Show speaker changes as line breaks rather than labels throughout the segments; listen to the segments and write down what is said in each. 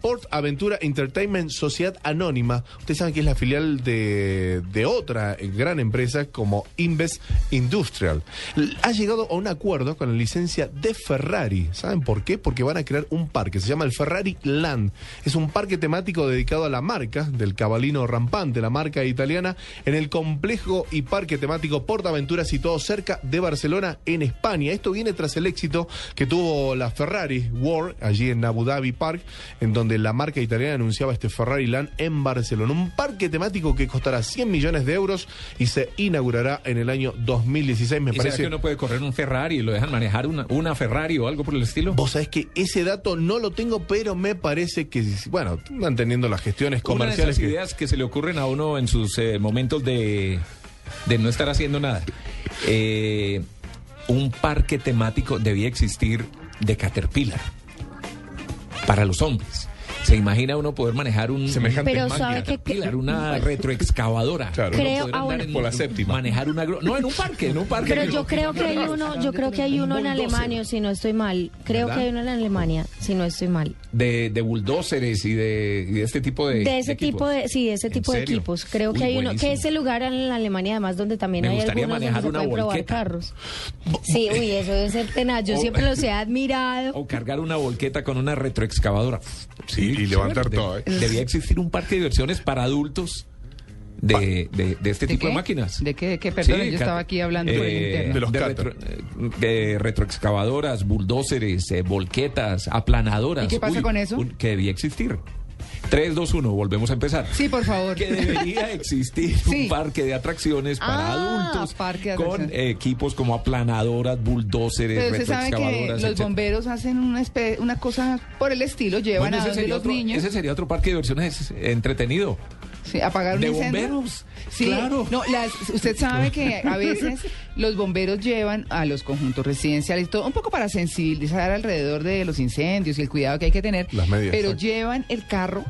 Sport Aventura Entertainment Sociedad Anónima. Ustedes saben que es la filial de, de otra eh, gran empresa como Inves Industrial. L- Ha llegado a un acuerdo con la licencia de Ferrari. ¿Saben por qué? Porque van a crear un parque. Se llama el Ferrari Land. Es un parque temático dedicado a la marca del cabalino rampante, la marca italiana, en el complejo y parque temático Portaventura situado cerca de Barcelona, en España. Esto viene tras el éxito que tuvo la Ferrari World allí en Abu Dhabi Park, en donde la marca italiana anunciaba este Ferrari Land en Barcelona. Un parque temático que costará 100 millones de euros y se inaugurará en el año 2016. Me
¿Y será
parece.
que uno puede correr un Ferrari y lo dejan manejar una, una Ferrari o algo por el estilo?
Vos sabés que ese dato no lo tengo, pero me parece que, bueno, van teniendo las gestiones
Una de
comerciales.
esas
que-
ideas que se le ocurren a uno en sus eh, momentos de, de no estar haciendo nada. Eh, un parque temático debía existir de Caterpillar para los hombres. ¿Se imagina uno poder manejar un
Semejante
Pero
máquina.
sabe que- Pues.
Caterpillar, una retroexcavadora?
Claro.
Uno
Creo
poder
ahora-
andar en-
Por la séptima.
Manejar una gro- No, en un parque, en un parque.
Pero yo creo que hay uno, yo creo que hay uno en Alemania, si no estoy mal. Creo
¿Verdad?
que hay uno en Alemania, si no estoy mal.
de, de bulldóceres y de, y de este tipo de
De ese tipo
equipos.
de, sí, de ese
¿En
tipo de
serio?
equipos. Creo
Uy,
que hay uno, que
buenísimo.
ese lugar en Alemania además donde también
Me
hay
gustaría
algunos
manejar
donde se
una
puede probar
volqueta. Oh.
carros. Sí, uy, eso debe ser tenaz. Yo
O-
siempre los he admirado.
O cargar una volqueta con una retroexcavadora.
Sí, y levantar
de-
todo, ¿eh?
Debía existir un parque de diversiones para adultos de, de- de este tipo
qué?
de máquinas.
¿De qué? ¿De qué? Perdón,
Sí,
yo
cat-
estaba aquí hablando por el
eh,
interno.
De los
de,
cata.
retro- eh, de retroexcavadoras, bulldóceres, eh, volquetas, aplanadoras.
¿Y qué pasa con eso?
que debía existir. 3, 2, 1, volvemos a empezar.
Sí, por favor.
que debería existir
Sí.
un parque de atracciones para
Ah,
adultos
parque de
con
atracciones.
equipos como aplanadoras, bulldóceres,
Pero usted sabe que
retroexcavadoras,
los
etcétera.
bomberos hacen una, espe- una cosa por el estilo, llevan
Bueno,
a
ese
donde
sería,
los
otro,
niños,
ese sería otro parque de diversiones entretenido.
sí, apagar un
de
incendio.
bomberos,
Sí,
claro.
no, las- usted sabe que a veces los bomberos llevan a los conjuntos residenciales, todo un poco para sensibilizar alrededor de los incendios y el cuidado que hay que tener,
Las medidas,
pero
exacto.
llevan el carro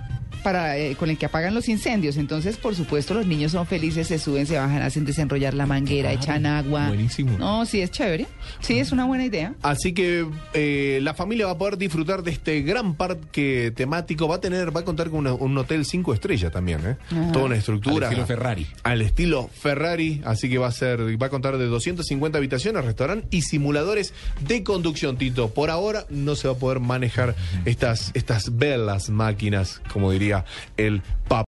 para eh, con el que apagan los incendios. Entonces, por supuesto, los niños son felices, se suben, se bajan, hacen desenrollar la manguera,
Claro,
echan agua.
buenísimo.
No, sí, es chévere. Sí, es una buena idea.
Así que eh, la familia va a poder disfrutar de este gran parque temático. Va a tener, va a contar con una- un hotel cinco estrellas también, ¿eh?
Ajá.
Toda una estructura.
Al estilo Ferrari.
Al estilo Ferrari. Así que va a ser, va a contar de 250 habitaciones, restaurante y simuladores de conducción, Tito. Por ahora no se va a poder manejar estas, estas velas máquinas, como diría el papá.